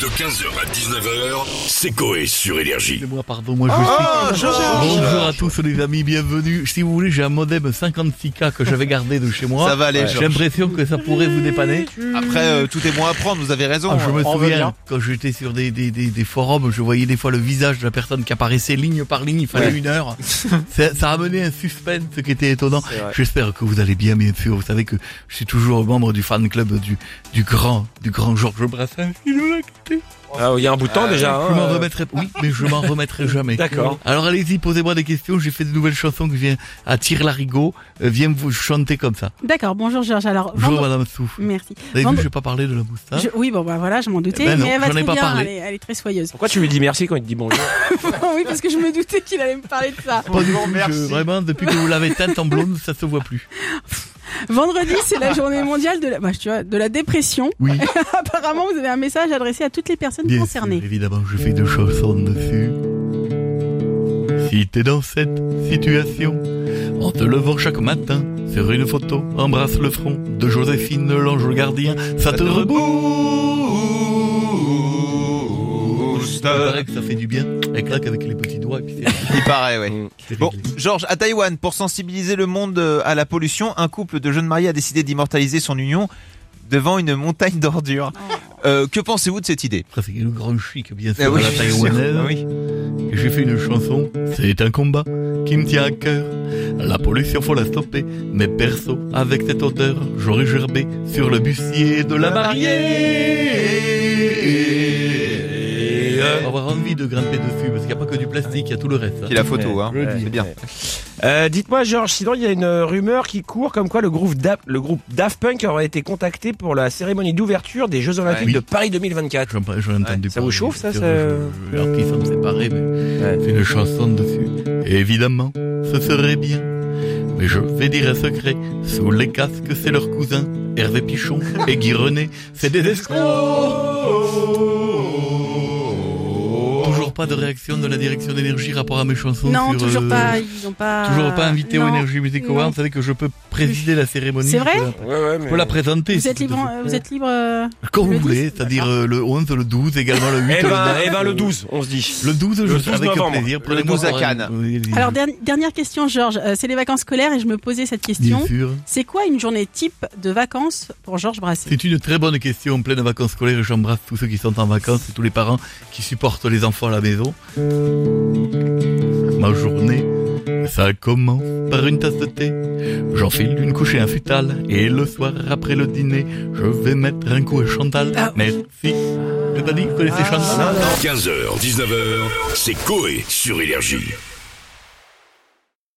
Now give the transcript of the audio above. De 15h à 19h, c'est Coé sur Énergie. Excusez-moi, pardon, moi je Ah, suis. Georges Bonjour à tous les amis, bienvenue. Si vous voulez, j'ai un modem 56K que j'avais gardé de chez moi. Ça va aller, J'ai Georges. l'impression que ça pourrait vous dépanner. Après, euh, tout est bon à prendre, vous avez raison. hein. Ah, je me On veut bien. souviens, quand j'étais sur des, des, des, des forums, je voyais des fois le visage de la personne qui apparaissait ligne par ligne, il fallait une heure. ça, ça a mené un suspense qui était étonnant. J'espère que vous allez bien, bien sûr. Vous savez que je suis toujours membre du fan club du, du grand, du grand Georges Brassens. Il nous a quittés. Ah, il y a un bout de temps déjà. Je hein, m'en euh, remettrai, oui, mais je m'en remettrai jamais. D'accord. Alors allez-y, posez-moi des questions. J'ai fait de nouvelles chansons que je viens à tire larigot. Euh, viens vous chanter comme ça. D'accord, bonjour Georges. Alors, Bonjour vendre- Madame Souf. Merci. Vous avez vu, Vendre- je vais pas parler de la moustache. Je- Oui, bon, bah voilà, je m'en doutais, Eh ben non, mais elle va j'en ai très pas bien, parlé. elle est, elle est très soyeuse. Pourquoi tu lui dis merci quand il te dit bonjour oui, parce que je me doutais qu'il allait me parler de ça. Pas du tout, je- vraiment, depuis que vous l'avez teinte en blonde, ça se voit plus. Vendredi, c'est la journée mondiale de la, bah, tu vois, de la dépression. Oui. Apparemment, vous avez un message adressé à toutes les personnes Bien concernées. sûr, évidemment, je fais deux chansons dessus. Si t'es dans cette situation, en te levant chaque matin, sur une photo, embrasse le front de Joséphine, l'ange gardien, ça te Boost. Il paraît que ça fait du bien. Elle claque avec les petits doigts et puis c'est- Il paraît, ouais. Mm. c'est Bon, réglé. Georges, à Taïwan, pour sensibiliser le monde euh, à la pollution, un couple de jeunes mariés a décidé d'immortaliser son union devant une montagne d'ordures. Euh, que pensez-vous de cette idée Après, c'est le grand chic, bien sûr, Eh oui, à la je suis sûr. taïwanaise. Ah oui. Et J'ai fait une chanson, c'est un combat qui me tient à cœur. La pollution, faut la stopper. Mais perso, avec cette odeur, j'aurais gerbé sur le bustier de la mariée. Avoir envie de grimper dessus, parce qu'il n'y a pas que du plastique, il y a tout le reste. hein. Puis la photo, hein. Je le dis. C'est bien. Euh, Dites-moi, Georges, sinon il y a une euh, rumeur qui court comme quoi le groupe, Da- le groupe Daft Punk aurait été contacté pour la cérémonie d'ouverture des Jeux Olympiques Oui. de Paris 2024. J'en j'en ai entendu ça vous parler, chauffe, ça, c'est ça- sûr, je- je- euh, Alors qu'ils sont séparés, mais c'est une chanson dessus. Évidemment, ce serait bien. Mais je vais dire un secret. Sous les casques, c'est leur cousin. Hervé Pichon et Guy René, c'est des escrocs. Toujours pas de réaction de la direction d'énergie rapport à mes chansons. Non, sur, toujours euh, pas, ils ont pas. Toujours pas invité au Non. Energy Music non. Award. Vous savez que je peux présider la cérémonie. C'est vrai je peux la- Ouais, ouais, Je mais... peux la présenter. Vous êtes si libre, euh, vous êtes libre. euh, Quand vous le voulez, 10, c'est-à-dire d'accord. euh, le 11, le 12, également le 8, Eh le ben, 9. eh ben, le 12, on se dit. Le 12, je Le suis 12 avec novembre. plaisir. Le Prenez-moi 12 à pour Cannes. un- Oui, oui, Alors, derni- dernière question, Georges. Euh, c'est les vacances scolaires et je me posais cette Bien question. sûr. C'est quoi une journée type de vacances pour Georges Brassens C'est une très bonne question. Pleine de vacances scolaires, j'embrasse tous ceux qui sont en vacances et tous les parents qui supportent les enfants à la maison. Ma journée, ça commence par une tasse de thé. J'enfile une couche et un futal. Et le soir, après le dîner, je vais mettre un coup à Chantal. Ah. Merci. Je t'ai dit que vous connaissez Chantal. 15h, 19h, c'est Coé sur Énergie.